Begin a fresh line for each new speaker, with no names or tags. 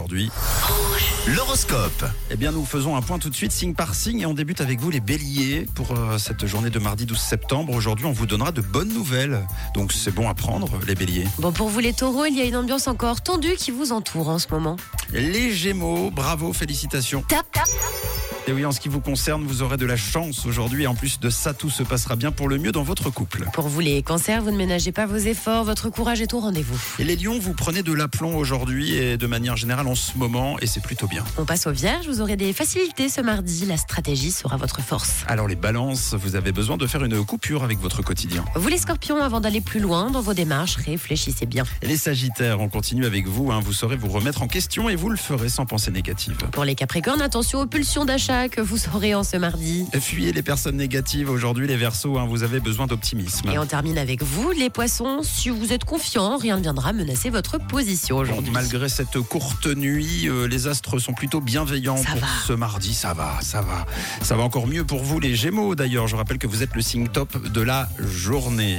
aujourd'hui. L'horoscope. Eh bien, nous faisons un point tout de suite, signe par signe, et on débute avec vous les béliers pour euh, cette journée de mardi 12 septembre. Aujourd'hui, on vous donnera de bonnes nouvelles. Donc, c'est bon à prendre, les béliers.
Bon, pour vous les taureaux, il y a une ambiance encore tendue qui vous entoure en ce moment.
Les gémeaux, bravo, félicitations.
Tap, tap.
Et oui, en ce qui vous concerne, vous aurez de la chance aujourd'hui. Et en plus de ça, tout se passera bien pour le mieux dans votre couple.
Pour vous les cancers, vous ne ménagez pas vos efforts, votre courage est au rendez-vous.
Et les lions, vous prenez de l'aplomb aujourd'hui et de manière générale en ce moment, et c'est plutôt bien.
On passe aux vierges, vous aurez des facilités ce mardi, la stratégie sera votre force.
Alors les balances, vous avez besoin de faire une coupure avec votre quotidien.
Vous les scorpions, avant d'aller plus loin dans vos démarches, réfléchissez bien.
Les sagittaires, on continue avec vous. hein. Vous saurez vous remettre en question et vous le ferez sans pensée négative.
Pour les capricornes, attention aux pulsions d'achat que vous aurez en ce mardi.
Fuyez les personnes négatives aujourd'hui, les versos, hein, vous avez besoin d'optimisme.
Et on termine avec vous, les poissons, si vous êtes confiants, rien ne viendra menacer votre position
Bon,
aujourd'hui.
malgré cette courte nuit, euh, les astres sont plutôt bienveillants
Ça
pour
va.
ce mardi. Ça va, ça va. Ça va encore mieux pour vous, les Gémeaux d'ailleurs. Je rappelle que vous êtes le signe top de la journée.